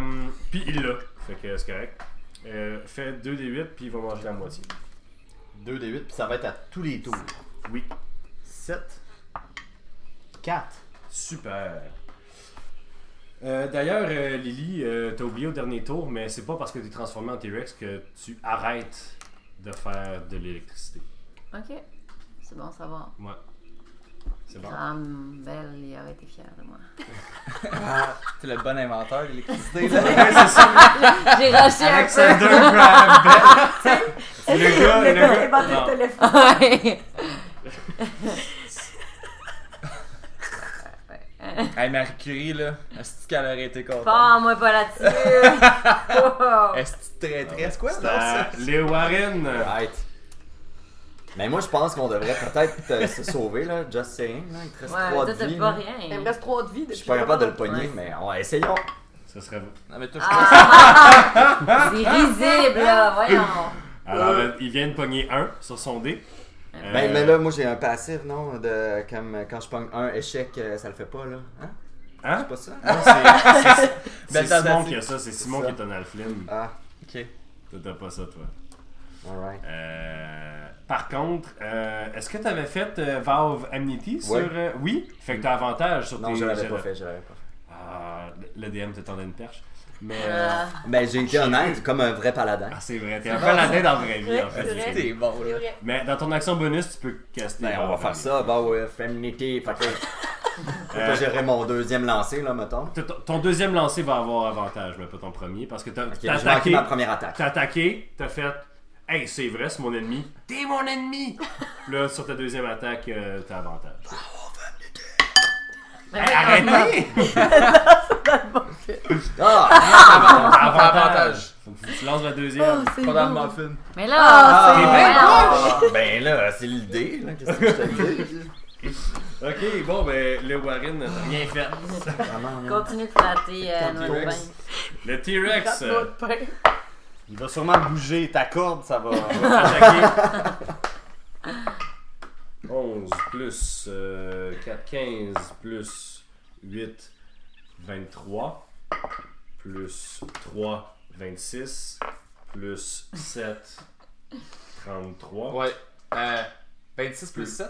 puis il l'a. Fait que c'est correct. Euh, fait 2 des 8, puis il va manger la moitié. 2 des 8, puis ça va être à tous les tours. Oui. 7, 4. Super. Euh, D'ailleurs, euh, Lily, euh, t'as oublié au dernier tour, mais c'est pas parce que t'es transformé en T-Rex que tu arrêtes de faire de l'électricité. Ok. C'est bon, ça va. Ouais. C'est Ah. bon. Graham Bell, il aurait été fier de moi. T'es le bon inventeur de l'électricité, Ouais, c'est là. ça. J'ai racheté un peu. Alexander Graham Bell. Le gars, le Le gars. batteur non. de téléphone. Ouais. hey, Marie Curie, là. Est-ce qu'elle aurait été contente? Pas moi pas là-dessus. Wow. Ah, Est-ce que tu traîtresses, quoi? C'est à Léo Warren. Right. Mais moi, je pense qu'on devrait peut-être euh, se sauver, là. Just saying, là. Il te reste Ouais, trois toi, de vie, t'as pas là. Il me rien. reste trois de vie Je depuis. suis pas capable de le pogner, Ouais. mais on va essayons. Ce serait vous. Non, mais toi, je pense Ah! C'est risible, là, voyons. Alors, euh, il vient de pogner un sur son dé. Euh, Ben, mais là, moi, j'ai un passif, non? De, comme quand je pogne un échec, euh, ça le fait pas, là. Hein? Hein? C'est pas ça? Non, c'est- c'est- C'est Belle Simon tentative. qui a ça, c'est Simon qui est un alflim. Ah, Ok. Toi, T'as pas ça, toi. alright. Euh, par contre, euh, est-ce que t'avais fait euh, Valve Amnesty sur. Ouais. euh, oui? Fait que t'as avantage sur Non, tes. je l'avais jets pas de- fait, je l'avais pas fait. Ah, le DM te tendait une perche. Mais. euh, Euh, Ben, j'ai été honnête, comme un vrai paladin. Ah, c'est vrai, t'es un paladin dans la vraie vie, en C'est vrai. fait. T'es bon, C'est là. vrai. Mais dans ton action bonus, tu peux caster. Ben, on va Valve faire ça, bah ouais, féminité, fait que... Faut Euh. pas gérer mon deuxième lancé, là, mettons. T- ton- Ton deuxième lancer va avoir avantage, mais pas ton premier, parce que t'as Ok, t'as j'ai manqué attaqué, ma première attaque. t'as attaqué, t'as fait « Hey, c'est vrai, c'est mon ennemi. T'es mon ennemi! » Là, sur ta deuxième attaque, euh, t'as avantage. mais Hey, voyons. arrêtez! Ah! T'as avantage! Avantage. Faut que tu lances la deuxième. c'est Pas dans bon. le muffin. Mais Ah, là, c'est voyons. ben là, c'est l'idée, là, qu'est-ce que je te dis? Ok, bon, ben, le Warren n'a rien fait. Vraiment, là. Continue de flatter euh, nos T-Rex. bains. Le T-Rex euh, L'autre pain. Il va sûrement bouger ta corde, ça va. va attaquer. 11 plus 4, 15 plus 8, 23 plus 3, 26 plus 7, 33. Ouais. Euh, 26 plus 7.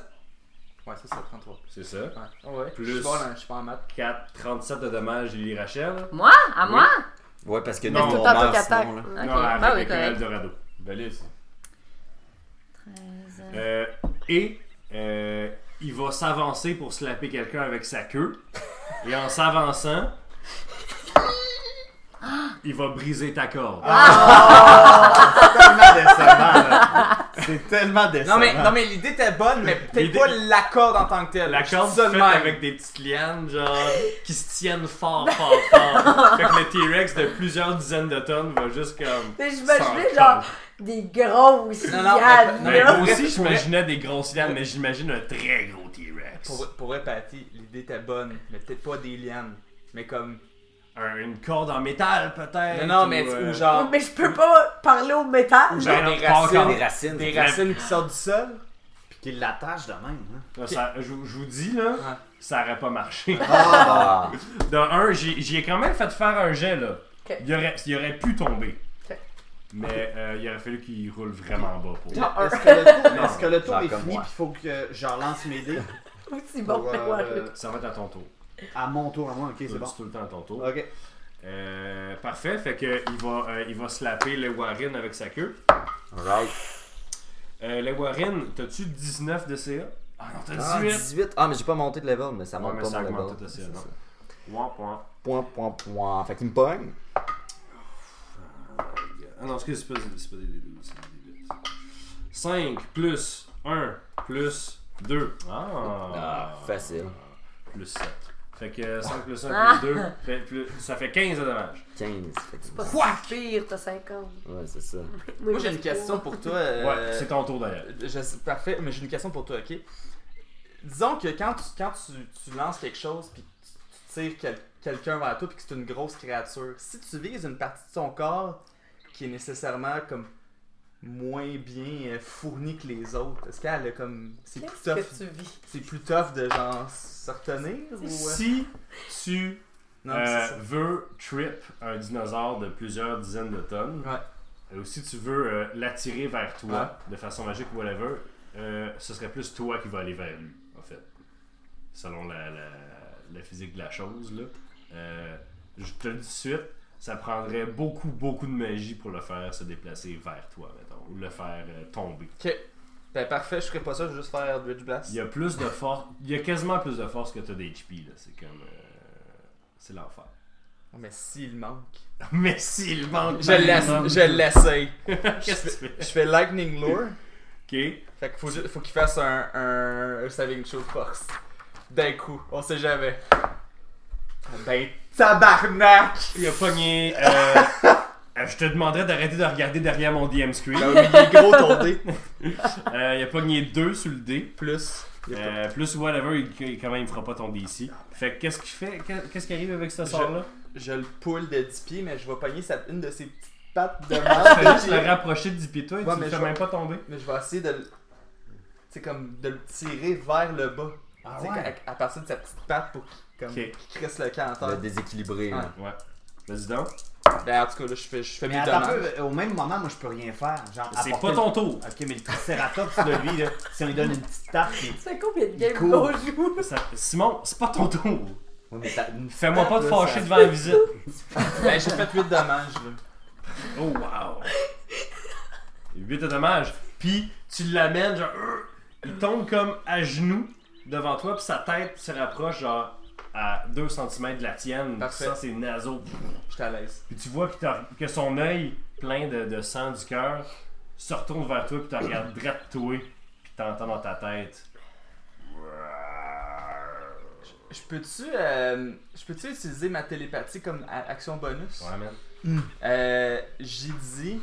Ouais, ça, c'est 33. C'est ça. Ouais. Ah ouais. Plus- Je suis bon, là, je suis pas en maths. 4, 37 de dommages, Lily Rachel. Moi? À moi? Ouais, parce que Non, nous, tout on le temps, meurt toi, qui sinon, là. attaque. Ok, Non, avec bah oui, le correct. Eldorado. Belé, ça. Treize. Euh, et euh, il va s'avancer pour slapper quelqu'un avec sa queue. Et en s'avançant, Ah! il va briser ta corde. Ah, tellement décevant, là. C'est tellement décevant. Non, mais, non, mais l'idée était bonne, mais peut-être L'idée- pas l'accord en tant que tel. La Je dis corde ça de faite même. avec des petites lianes, genre, qui se tiennent fort, fort, fort. fait que le T-Rex de plusieurs dizaines de tonnes va juste comme. Mais s'encoler. J'imaginais genre des grosses Non, non, mais- lianes, Mais là. moi aussi, j'imaginais des grosses lianes, mais j'imagine un très gros T-Rex. Pour, pour vrai, Patty, l'idée était bonne, mais peut-être pas des lianes. Mais comme. Un- une corde en métal, peut-être. Non, non, ou, mais euh, ou Ben, genre. Mais je peux pas parler au métal. genre des des racines. racines. Des racines. Des Mais- racines qui sortent du sol. Puis qu'il l'attache de même. hein. Là, ça- je, vous- je vous dis, là, Ouais. ça aurait pas marché. Ah! De un, j'y j'y ai quand même fait faire un jet, là. Ok. Il, aurait, il aurait pu tomber. Ok. Mais euh, il aurait fallu qu'il roule vraiment bas pour. Genre un. Est-ce que le tour, Non, est-ce que le tour genre est comme fini moi. puis il faut que j'en lance mes dés Aussi bon pour, que moi, euh, là. Ça va être à ton tour. à mon tour à moi, ok, c'est C'est bon. tout le temps à ton tour. Ok. Euh, parfait, fait que il va, euh, il va slapper le Warren avec sa queue. Right. Euh, le Warren, t'as-tu 19 de CA Ah non, Ah, t'as 18 18. Ah, mais j'ai pas monté de level, mais ça Ouais, monte mais pas ça mon augmente level. tout de suite, C'est non? ça. Ouin, ouin. Point, point, point. Fait qu'il me pogne. Ah non, excuse, c'est pas, c'est pas des D12, c'est des D8. 5 plus 1 plus 2. Ah! Ah, facile. Plus 7. Fait que 5 plus 1 Ah. plus 2, fait plus- ça fait 15 de dommages. 15. Fait que... Pas si pire, t'as 50. Ouais, c'est ça. Moi, j'ai une question pour toi. euh, Ouais, c'est ton tour d'ailleurs. Je sais, parfait, mais j'ai une question pour toi, ok? Disons que quand tu, quand tu, tu lances quelque chose puis tu- tu tires quel- quelqu'un vers toi puis que c'est une grosse créature, si tu vises une partie de son corps qui est nécessairement comme moins bien euh, fournie que les autres, est-ce qu'elle a comme. C'est plus Qu'est-ce que tough. tu vis? C'est plus tough de genre se retenir ou. euh, Si tu Non, euh, mais c'est ça. veux trip un dinosaure de plusieurs dizaines de tonnes, ou si tu veux euh, l'attirer vers toi de façon magique ou whatever, euh, ce serait plus toi qui vas aller vers lui, en fait. Selon la, la, la physique de la chose, là. Euh, je te le dis tout de suite, ça prendrait beaucoup, beaucoup de magie pour le faire se déplacer vers toi, mettons, ou le faire euh, tomber. Ok. Ben parfait, je ferai pas ça, je vais juste faire Eldritch Blast. Il y a plus de force, il y a quasiment plus de force que t'as d'HP, là. C'est comme. euh, c'est l'enfer. Oh, Mais s'il manque. Mais s'il manque. Je l'essa- je l'essaye. Qu'est-ce que tu fais? Je fais Lightning Lure. Ok. Fait qu'il faut, ju- faut qu'il fasse un, un, un saving show de force. D'un coup, on sait jamais. Ben, tabarnak! Il a pogné. euh, Euh, je te demanderais d'arrêter de regarder derrière mon DM screen. Ben oui, mais il est gros ton dé. Euh, il a pogné 2 sur le dé. Plus. Il est Euh, plus whatever, il, il- quand même, il fera pas tomber ici. Fait que qu'est-ce qu'il fait Qu'est- Qu'est-ce qui arrive avec ce sort-là Je le poule de 10 pieds, mais je vais pogner sa- une de ses petites pattes de Je fais juste le marde. rapprocher du pied de toi et Ouais, tu le mais fais je- même pas tomber. mais je vais essayer de le. Tu sais, comme de le tirer vers le bas. tu sais, à, à partir de sa petite patte pour qu'il comme, Ok. qu'il crisse le camp en Ah. Le terre. déséquilibré. là. Ouais. Vas-y donc. Ben, en tout cas, là, je fais, je fais Mais mes attends dommages. un peu, euh, au même moment, moi, je peux rien faire. Genre, C'est apporter pas ton tour. le- Ok, mais le triceratops, là, lui, là, si on lui donne une petite tape, il... C'est combien de games Cool. qu'on joue? Ça- Simon, c'est pas ton tour. Ouais, mais t'as une Fais-moi tape, pas te là, fâcher ça- devant la visite. Ben, j'ai fait 8 dommages, là. Oh wow! 8 de dommages. Puis tu l'amènes, genre. euh, Il tombe comme à genoux devant toi, puis sa tête se rapproche, genre, à 2 cm de la tienne. Puis Parfait. Ça, c'est naseau. J'étais à l'aise. Puis tu vois puis t'as- que son œil plein de, de sang du cœur se retourne vers toi, puis tu regardes droit de toi, puis t'entends dans ta tête. Je peux-tu euh, je peux-tu utiliser ma télépathie comme a- action bonus? Ouais, man. Euh, j'ai dit.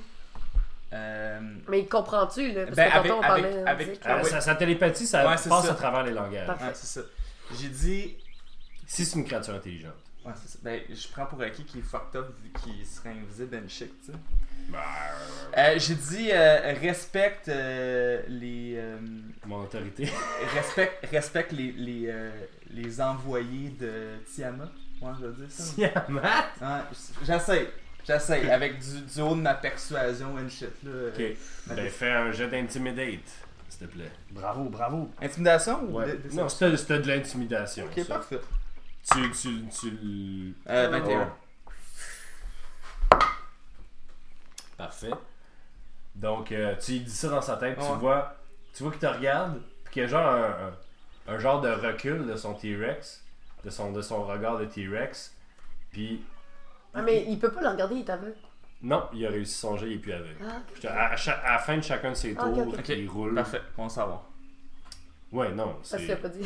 Euh, Mais il comprend-tu, là? Parce Ben, que tantôt, on avec- avec- parlait. avec- on disait que- Ah Euh, ouais. sa, sa télépathie, ça Ouais, passe c'est ça. à travers les langages. Parfait. ouais, c'est ça. J'ai dit. Si c'est une créature intelligente. Ouais, c'est ça. Ben, je prends pour acquis qu'il est fucked up vu qu'il serait invisible and shit, tu sais. Euh, j'ai dit euh, respecte euh, les. euh, Mon autorité. respecte respecte les, les, euh, les envoyés de Tiamat. Ouais, je vais dire ça. Tiamat! Ouais, j'essaie. J'essaie. Avec du, du haut de ma persuasion and shit, là. Ok. Ben, fais un jet d'intimidate, s'il te plaît. Bravo, bravo. Intimidation ou Ouais. de- de- Non, c'était c'était de l'intimidation. Ok, ça. parfait. Tu, tu, tu l- Euh, 21. Parfait. Donc, euh, tu lui dis ça dans sa tête, Ouais. tu vois, tu vois qu'il te regarde, puis qu'il y a genre un, un- un genre de recul de son T-Rex, de son, de son regard de T-Rex, puis Ah, mais il peut pas le regarder, il est aveugle. non, il a réussi son jet, il est plus aveugle. Ah, Je te- À, à cha- à la fin de chacun de ses Ah, tours, ok, ok. il roule. Parfait, bon savoir. Ouais, non, ça, tu c'est... l'as pas dit.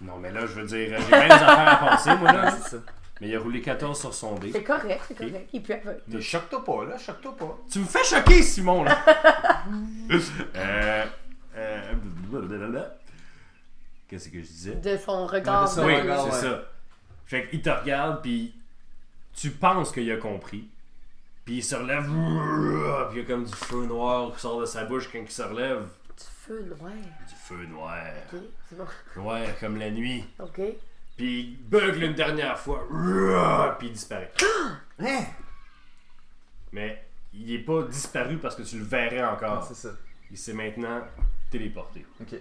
Non, mais là, je veux dire, j'ai bien des affaires à penser, moi, Ouais, là. c'est ça. Mais il a roulé 14 sur son dé. C'est correct, c'est correct. Il peut aveugle. Mais choque-toi pas, là, choque-toi pas. Tu me fais choquer, Simon, là! euh, euh, blablabla. Qu'est-ce que je disais? De son regard. Ouais, de son de- Oui, regard. c'est ouais. ça. Fait qu'il te regarde, puis tu penses qu'il a compris. Puis il se relève, puis il y a comme du feu noir qui sort de sa bouche quand il se relève. Du feu noir. Du feu noir. Ok, c'est bon. Noir comme la nuit. Ok. Puis il bugle une dernière fois, puis il disparaît. Hein? Mais il est pas disparu parce que tu le verrais encore. Ah, C'est ça. Il s'est maintenant téléporté. Ok.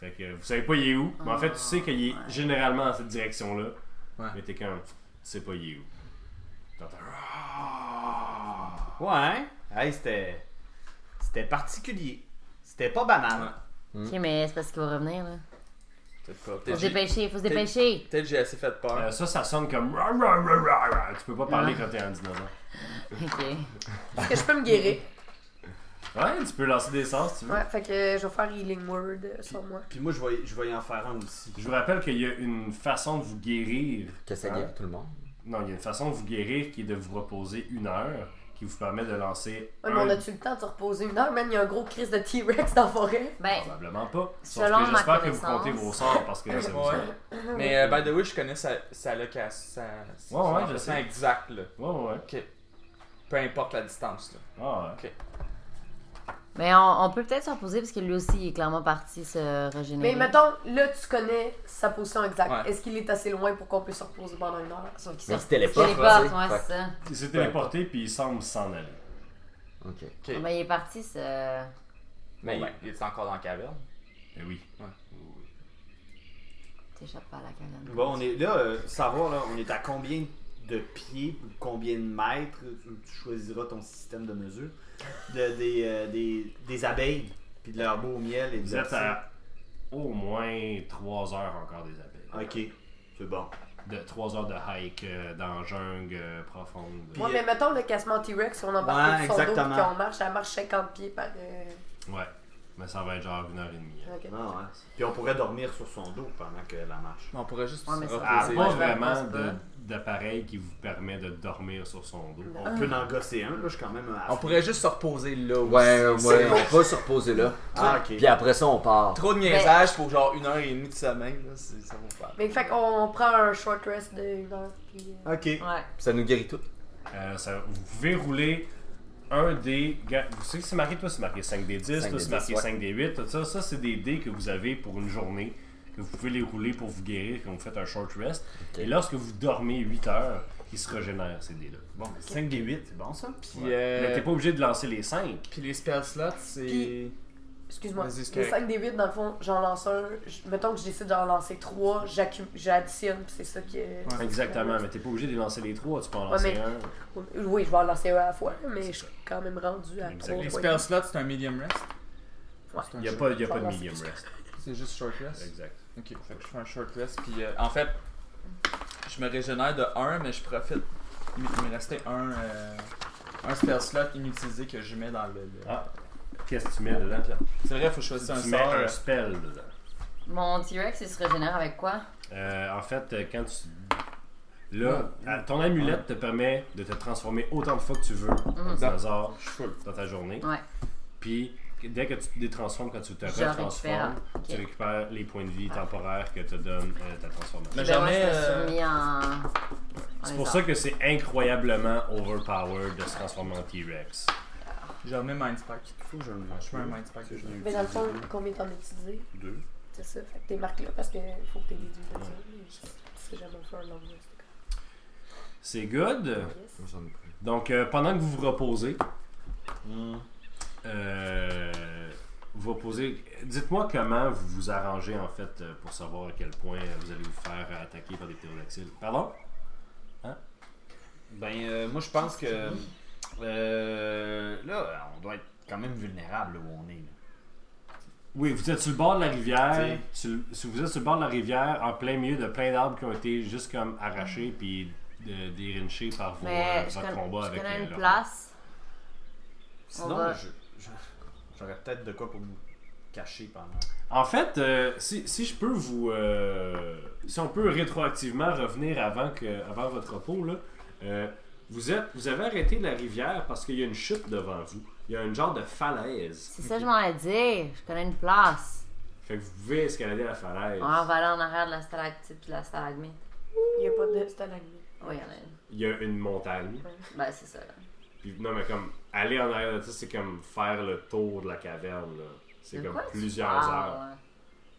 Fait que vous savez pas il est où, mais en fait tu sais qu'il est généralement dans cette direction-là. Ouais. Mais t'es comme, tu sais pas il est où. T'entends. Ouais, hein? Hey, c'était... C'était particulier. C'était pas banal. Ouais. Ok, mais c'est parce qu'il va revenir, là. Peut-être pas. Faut Peut-être se j'ai- dépêcher, faut se dépêcher. peut-être j'ai assez fait peur. Euh, ça, ça sonne comme. ra, ra, ra, ra, ra. Tu peux pas parler quand t'es un dinosaure. Ok. Est-ce que je peux me guérir? Ouais, tu peux lancer des sorts si tu veux. Ouais, fait que je vais faire Healing Word euh, sur moi. Puis moi, je vais, je vais y en faire un aussi. Je vous rappelle qu'il y a une façon de vous guérir. Que ça Hein? Ah. guérit tout le monde. Non, il y a une façon de vous guérir qui est de vous reposer une heure, qui vous permet de lancer. Ouais, un- mais on a-tu le temps de se reposer une heure? Man, il y a un gros crise de T-Rex dans la forêt. Ben, Probablement pas. Sauf Selon que j'espère ma que vous comptez connaissance. vos sorts parce que ça vous Ouais. aide. Ah, Mais euh, by the way, je connais sa, sa location. Sa, Ouais, ouais, son je emplacement sais. exact, là. Ouais, ouais, ouais. Ok. Peu importe la distance, là. Ah, ouais. mais ben, on, on peut peut-être se reposer parce que lui aussi, il est clairement parti se Mais régénérer. mettons, là, tu connais sa position exacte. Ouais. Est-ce qu'il est assez loin pour qu'on puisse se reposer pendant une heure? Sauf qu'il Mais se c'était il se l'époque, téléporte, vas-y. ouais, Fait c'est ça. Il s'est téléporté puis il semble s'en aller. Ok. Ok. Ben, il est parti se. Mais Bon, ben. il, il est encore dans la caverne. Eh oui. Ouais. T'échappes pas à la canne. Bon, on est là, euh, savoir, là, on est à combien de pieds ou combien de mètres, tu tu choisiras ton système de mesure, de- des, euh, des, des abeilles, puis de leur beau miel et de Vous leur êtes à au moins 3 heures encore des appels. cire. Ok, c'est bon. De 3 heures de hike euh, dans jungle euh, profonde. Ouais, mais mettons le cassement T-Rex, on en Ouais, parle sur son dos exactement. puis qu'on marche, elle marche 50 pieds par. euh, Ouais. Mais ça va être genre une heure et demie. hein. ok. Ah, ouais. Puis on pourrait dormir sur son dos pendant que la marche. On pourrait juste Ouais, se mais ça- reposer. Elle a Ah, Ouais, pas je vais vraiment répondre, de, c'est d'appareil qui vous permet de dormir sur son dos. Ah. On peut en gosser un, là, je suis quand même un On pourrait juste se reposer là. Ouais, aussi. ouais, on va se reposer là. Ah, ok. Puis après ça, on part. Trop de niaisage pour genre une heure et demie de sommeil, là, c'est- ça va faire. Mais fait qu'on prend un short rest de une heure. Puis, euh, Ok. Ouais. Ça nous guérit tout. Euh, ça- vous pouvez rouler un dé. ga- Vous savez que c'est marqué, toi c'est marqué 5 d 10, Cinq toi des c'est marqué dix, ouais. 5 d 8, tout ça. Ça, c'est des dés que vous avez pour une journée, que vous pouvez les rouler pour vous guérir quand vous faites un short rest. Ok. Et lorsque vous dormez 8 heures, ils se régénèrent ces dés-là. Bon, 5 des 8, c'est bon ça. Puis, euh, Mais t'es pas obligé de lancer les 5. puis les spell slots, c'est. Puis- Excuse-moi. Vas-y, c'est Les correct. 5 des 8, dans le fond, j'en lance un. je- Mettons que je décide d'en lancer 3, j'additionne, puis c'est ça qui est. Ouais. Exactement, mais t'es pas obligé de les lancer les 3, tu peux en lancer mais- un. Oui, je vais en lancer un à la fois, mais je suis quand même rendu à Exact. trois Les points. spell slots, c'est un medium rest. Ouais. C'est Il un n'y a short- pas, il y a je pas de lance medium plus rest. C'est juste short rest. Exact. Ok, fait que je fais un short rest, puis euh, en fait, je me régénère de 1, mais je profite. Il me il me restait un, euh, un spell slot inutilisé que je mets dans le. le- Ah. Qu'est-ce que tu mets dedans? C'est vrai, faut choisir un Tu mets sort. euh, un spell dedans. Mon T-Rex, il se régénère avec quoi? Euh, en fait, euh, quand tu. Là, à- ton amulette te permet de te transformer autant de fois que tu veux en Mhm. dinosaure dans ta journée. Ouais. Puis, dès que tu te détransformes, quand tu te Je retransformes, récupère. tu Ok. récupères les points de vie temporaires que te donne euh, ta transformation. Mais Ben, moi, jamais, je me euh, suis mis en. C'est pour ça que c'est incroyablement overpowered de se transformer en T-Rex. Je remets Mind Spike. Faut que je le Je mets un Mind Spike. Je Mais dans le fond, combien t'en as utilisé Deux. C'est ça. Fait que t'es marqué là parce qu'il faut que t'aies déduit de ça. mais je- C'est jamais fait un long rest. C'est good. Yes. Donc, euh, pendant que vous vous reposez, euh, vous reposez. Dites-moi comment vous vous arrangez en fait euh, pour savoir à quel point euh, vous allez vous faire euh, attaquer par des ptérodactyles. Pardon Ben, euh, moi, je pense que. euh, là, on doit être quand même vulnérable là, où on est. là. Oui, vous êtes sur le bord de la rivière. Oui. sur le- si vous êtes sur le bord de la rivière, en plein milieu de plein d'arbres qui ont été juste comme arrachés puis euh, dérinchés par vos, euh, Mais je votre connais, combat je avec connais euh, une leur- place. Sinon, va- je- je- j'aurais peut-être de quoi pour nous cacher pendant. En fait, euh, si, si je peux vous. euh, si on peut rétroactivement revenir avant, que, avant votre repos, là, euh, vous, êtes, vous avez arrêté la rivière parce qu'il y a une chute devant vous. Il y a un genre de falaise. C'est ça que je m'en ai dit. Je connais une place. Fait que vous pouvez escalader la falaise. Ah, Ouais, On va aller en arrière de la stalactite puis de la stalagmite. Il n'y a pas de stalagmite. Oui, il y en a une. Il y a une montagne. Ben, c'est ça. là. Puis, non, mais comme aller en arrière de ça, c'est comme faire le tour de la caverne. là. C'est De comme quoi tu plusieurs parles? heures.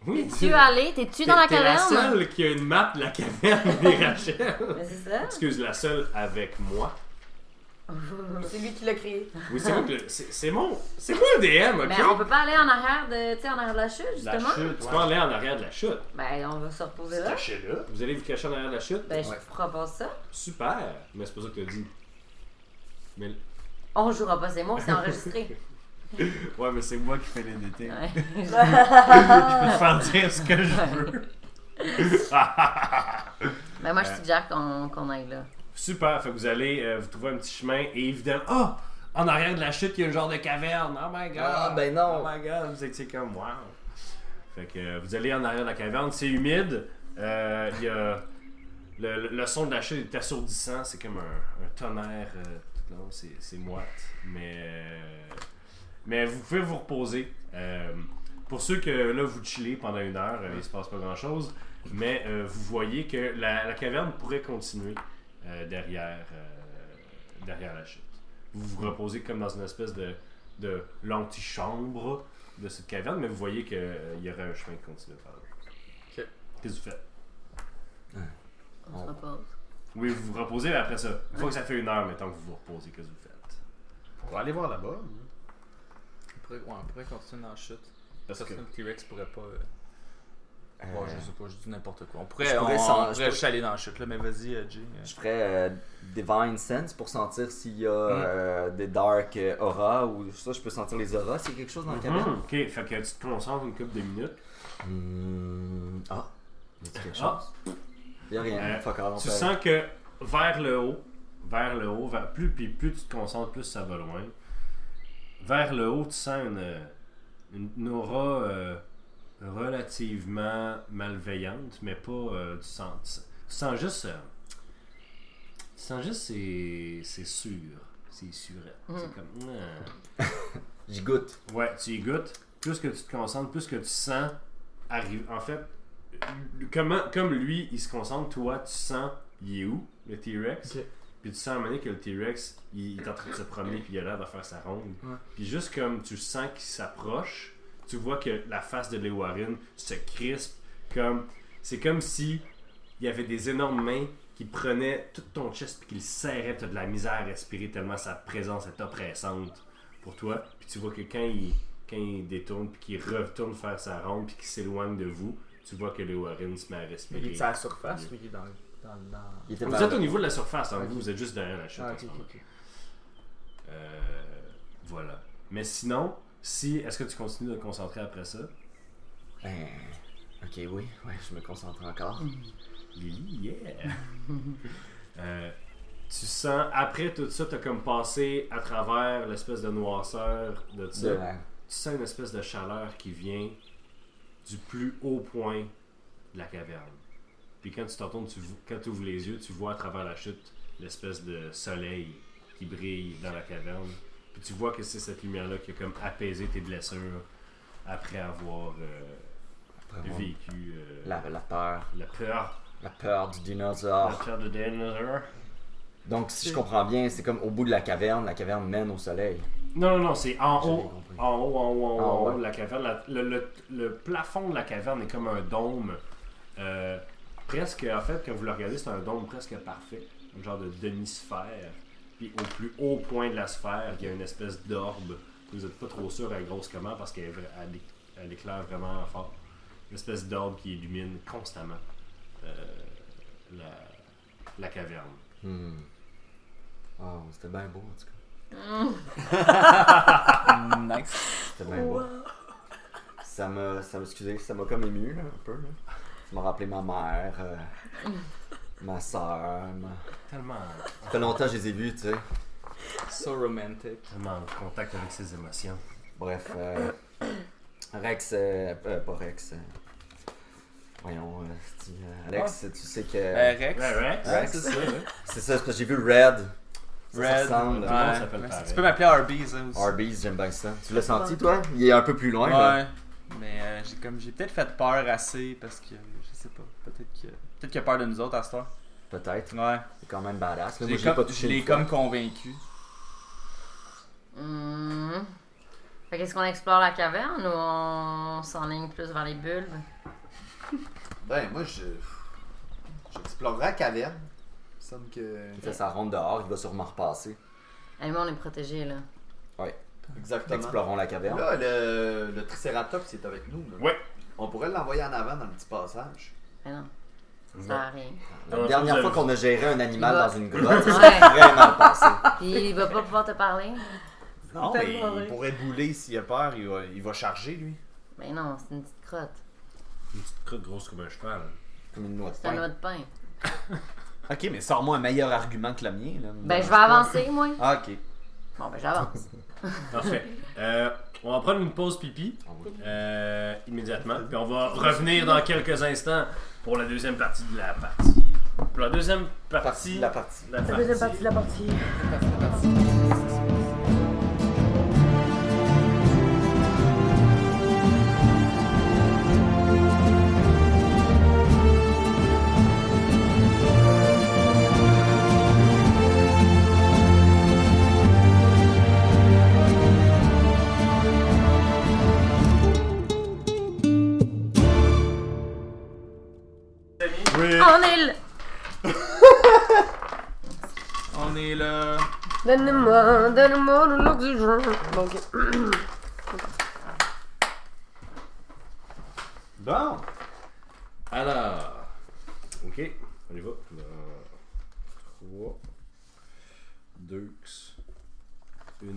Oui, Tu es allé? T'es-tu dans la t'es- t'es la caverne? seule qui a une map de la caverne des Rachel. Mais c'est ça. Excuse, la seule avec moi. C'est lui qui l'a créé. Oui, c'est moi, que le- c'est c'est mon, c'est moi le DM, ok? Mais Ben, on peut pas aller en arrière de, tu sais, en arrière de la chute, La justement? chute, Tu ouais. peux aller en arrière de la chute. Ben, on va se reposer là. Cachez-le. Vous allez vous cacher en arrière de la chute? Ben, je te propose ça. Super! Mais c'est pas ça que t'as dit. Mais... On jouera pas ces mots, c'est enregistré. Ouais, mais c'est moi qui fais les détails. Ouais. Je peux te faire dire ce que je veux. ben, moi, je suggère qu'on qu'on aille là. Super! Fait que vous allez euh, vous trouver un petit chemin et évidemment... Ah! en arrière de la chute, il y a un genre de caverne. Oh my god! Ah, ben non. Oh my god! Vous étiez comme wow! Fait que euh, vous allez en arrière de la caverne. C'est humide. Euh, Il y a... Le, le- le son de la chute est assourdissant. C'est comme un, un tonnerre. euh, tout le long. C'est- c'est moite. Mais... euh, Mais vous pouvez vous reposer. Euh, pour ceux que là, vous chillez pendant une heure, euh, il se passe pas grand-chose. Mais euh, vous voyez que la, la caverne pourrait continuer euh, derrière, euh, derrière la chute. Vous vous reposez comme dans une espèce de, de l'antichambre de cette caverne, mais vous voyez qu'il y aurait un chemin qui continue par là. Ok. Qu'est-ce que vous faites? On se On- repose. Oui, vous vous reposez, mais après ça, une fois que ça fait une heure, mettons que vous vous reposez, qu'est-ce que vous faites? On va aller voir là-bas. On pourrait, ouais, on pourrait continuer dans la chute. Parce que Personne que T-Rex pourrait pas. euh, Euh, ouais, je sais pas, je dis n'importe quoi. On pourrait, je pourrais on, sans- on je pourrait pourrais- juste aller dans la chute, là, mais vas-y, euh, Jay. euh, Je ferais euh, Divine Sense pour sentir s'il y a Mm. euh, des Dark euh, Aura ou ça, je peux sentir les auras s'il y a quelque chose dans le Mm-hmm. camion. Mhm. Ok, fait que tu te concentres une couple de minutes. Mmh. Ah, y a quelque Ah. chose? Y a rien, Euh, fuck all, on Tu peut- sens que vers le haut, vers le haut, vers, plus, puis plus tu te concentres, plus ça va loin. Vers le haut, tu sens une, une, une aura euh, relativement malveillante, mais pas euh, du sens. Tu sens juste euh, Sangis, c'est c'est sûr. C'est surette. C'est comme. Hmm. J'y goûte. Ouais, tu y goûtes. Plus que tu te concentres, plus que tu sens arriver. En fait, euh, comment, comme lui, il se concentre, toi, tu sens, il est où, le T-Rex? Ok. Puis tu sens à un moment donné que le T-Rex, il est en train de se promener, puis il a l'air de faire sa ronde. Ouais. Puis juste comme tu sens qu'il s'approche, tu vois que la face de Lewarin se crispe. comme C'est comme si il y avait des énormes mains qui prenaient tout ton chest, puis qui le serraient, tu de la misère à respirer tellement sa présence est oppressante pour toi. Puis tu vois que quand il, quand il détourne, puis qu'il retourne faire sa ronde, puis qu'il s'éloigne de vous, tu vois que le Warren se met à respirer. Il est à la surface ou il est dans le. Dans, le- dans... Il était Vous par- êtes au niveau de la surface, hein, Ok. vous, vous êtes juste derrière la chute. Ah, en ok, ce ok, moment. ok. Euh, voilà. Mais sinon, si est-ce que tu continues de te concentrer après ça Ben, ok, oui, ouais, je me concentre encore. Mm. Yeah Euh, Tu sens, après tout ça, t'as comme passé à travers l'espèce de noirceur de ça. De la- tu sens une espèce de chaleur qui vient du plus haut point de la caverne. Puis quand tu t'en retournes, tu vo- quand tu ouvres les yeux, tu vois à travers la chute l'espèce de soleil qui brille dans la caverne. Puis tu vois que c'est cette lumière-là qui a comme apaisé tes blessures après avoir euh, vraiment vécu euh, la... la, la peur. peur, La peur du la dinosaure. peur de Dinosaur. Donc, si je comprends bien, c'est comme au bout de la caverne, la caverne mène au soleil. Non, non, non, c'est en J'avais haut, compris. en haut, en haut, en haut, Ah, en haut ouais. de la caverne. La- le, le- le plafond de la caverne est comme un dôme. euh, presque, en fait, quand vous le regardez, c'est un dôme presque parfait. Un genre de demi-sphère. Puis au plus haut point de la sphère, il y a une espèce d'orbe. Vous n'êtes pas trop sûr à grosse comment parce qu'elle est vra- elle éc- elle éclaire vraiment fort. Une espèce d'orbe qui illumine constamment euh, la, la caverne. Hmm. Oh, c'était bien beau en tout cas. Nice. C'était bien beau. Ça m'a, ça m'a, excusez, ça m'a comme ému là, un peu. Là. Ça m'a rappelé ma mère, euh, Mm. ma soeur. Tellement, Ça fait longtemps que je les ai vus, tu sais. So romantic. tellement en contact avec ses émotions. Bref, euh, Rex, euh, euh, pas Rex. euh, voyons, euh, c'est-tu, euh, Alex, tu sais que Euh, Rex. Ouais, ouais, Ouais, Rex. c'est ça. ouais. c'est ça, c'est parce que j'ai vu Red, Red. ressemble. ouais. Tout le monde s'appelle Ouais, pareil. Tu peux m'appeler Arby's hein, aussi. Arby's, j'aime bien ça. Tu l'as senti toi Il est un peu plus loin. là. Ouais. Mais euh, j'ai comme j'ai peut-être fait peur assez parce que euh, je sais pas. Peut-être que peut-être qu'il a peur de nous autres à cette heure. Peut-être. Ouais. C'est quand même badass. Là, J'ai moi, je l'ai pas comme- touché. je l'ai une fois. comme convaincu. Hmm. Fait qu'est-ce qu'on explore la caverne ou on s'enligne plus vers les bulbes? Ben, moi, je. J'explorerai la caverne. Il me semble que. Il fait sa ronde dehors, il va sûrement repasser. Allez, moi, Eh, on est protégés, là. Exactement. Explorons la caverne. Là, le, le Triceratops est avec nous. là. Ouais. On pourrait l'envoyer en avant dans le petit passage. Mais non, ça sert à rien. La dernière fois qu'on a géré un animal Il va- dans une grotte, ça Ouais. s'est vraiment passé. Puis il va pas pouvoir te parler. Non, mais tellement il vrai. pourrait bouler s'il a peur. Il va, il va charger, lui. Mais non, c'est une petite crotte. Une petite crotte grosse comme un cheval. Comme une noix de C'est un pain. noix de pain. Ok, mais sors-moi un meilleur argument que le mien. Là, Ben, je vais avancer, moi. Ah, ok. Bon, ben, j'avance. Parfait. Euh, on va prendre une pause pipi euh, immédiatement, puis on va revenir dans quelques instants pour la deuxième partie de la partie. Pour la deuxième partie Partie de la partie. de la La partie. deuxième partie de la partie. on est là! On est là. Donne-moi, donne-moi le look du jeu. Bon, ok. Bon. Alors, ok, on y va. Dans 3, 2, 1.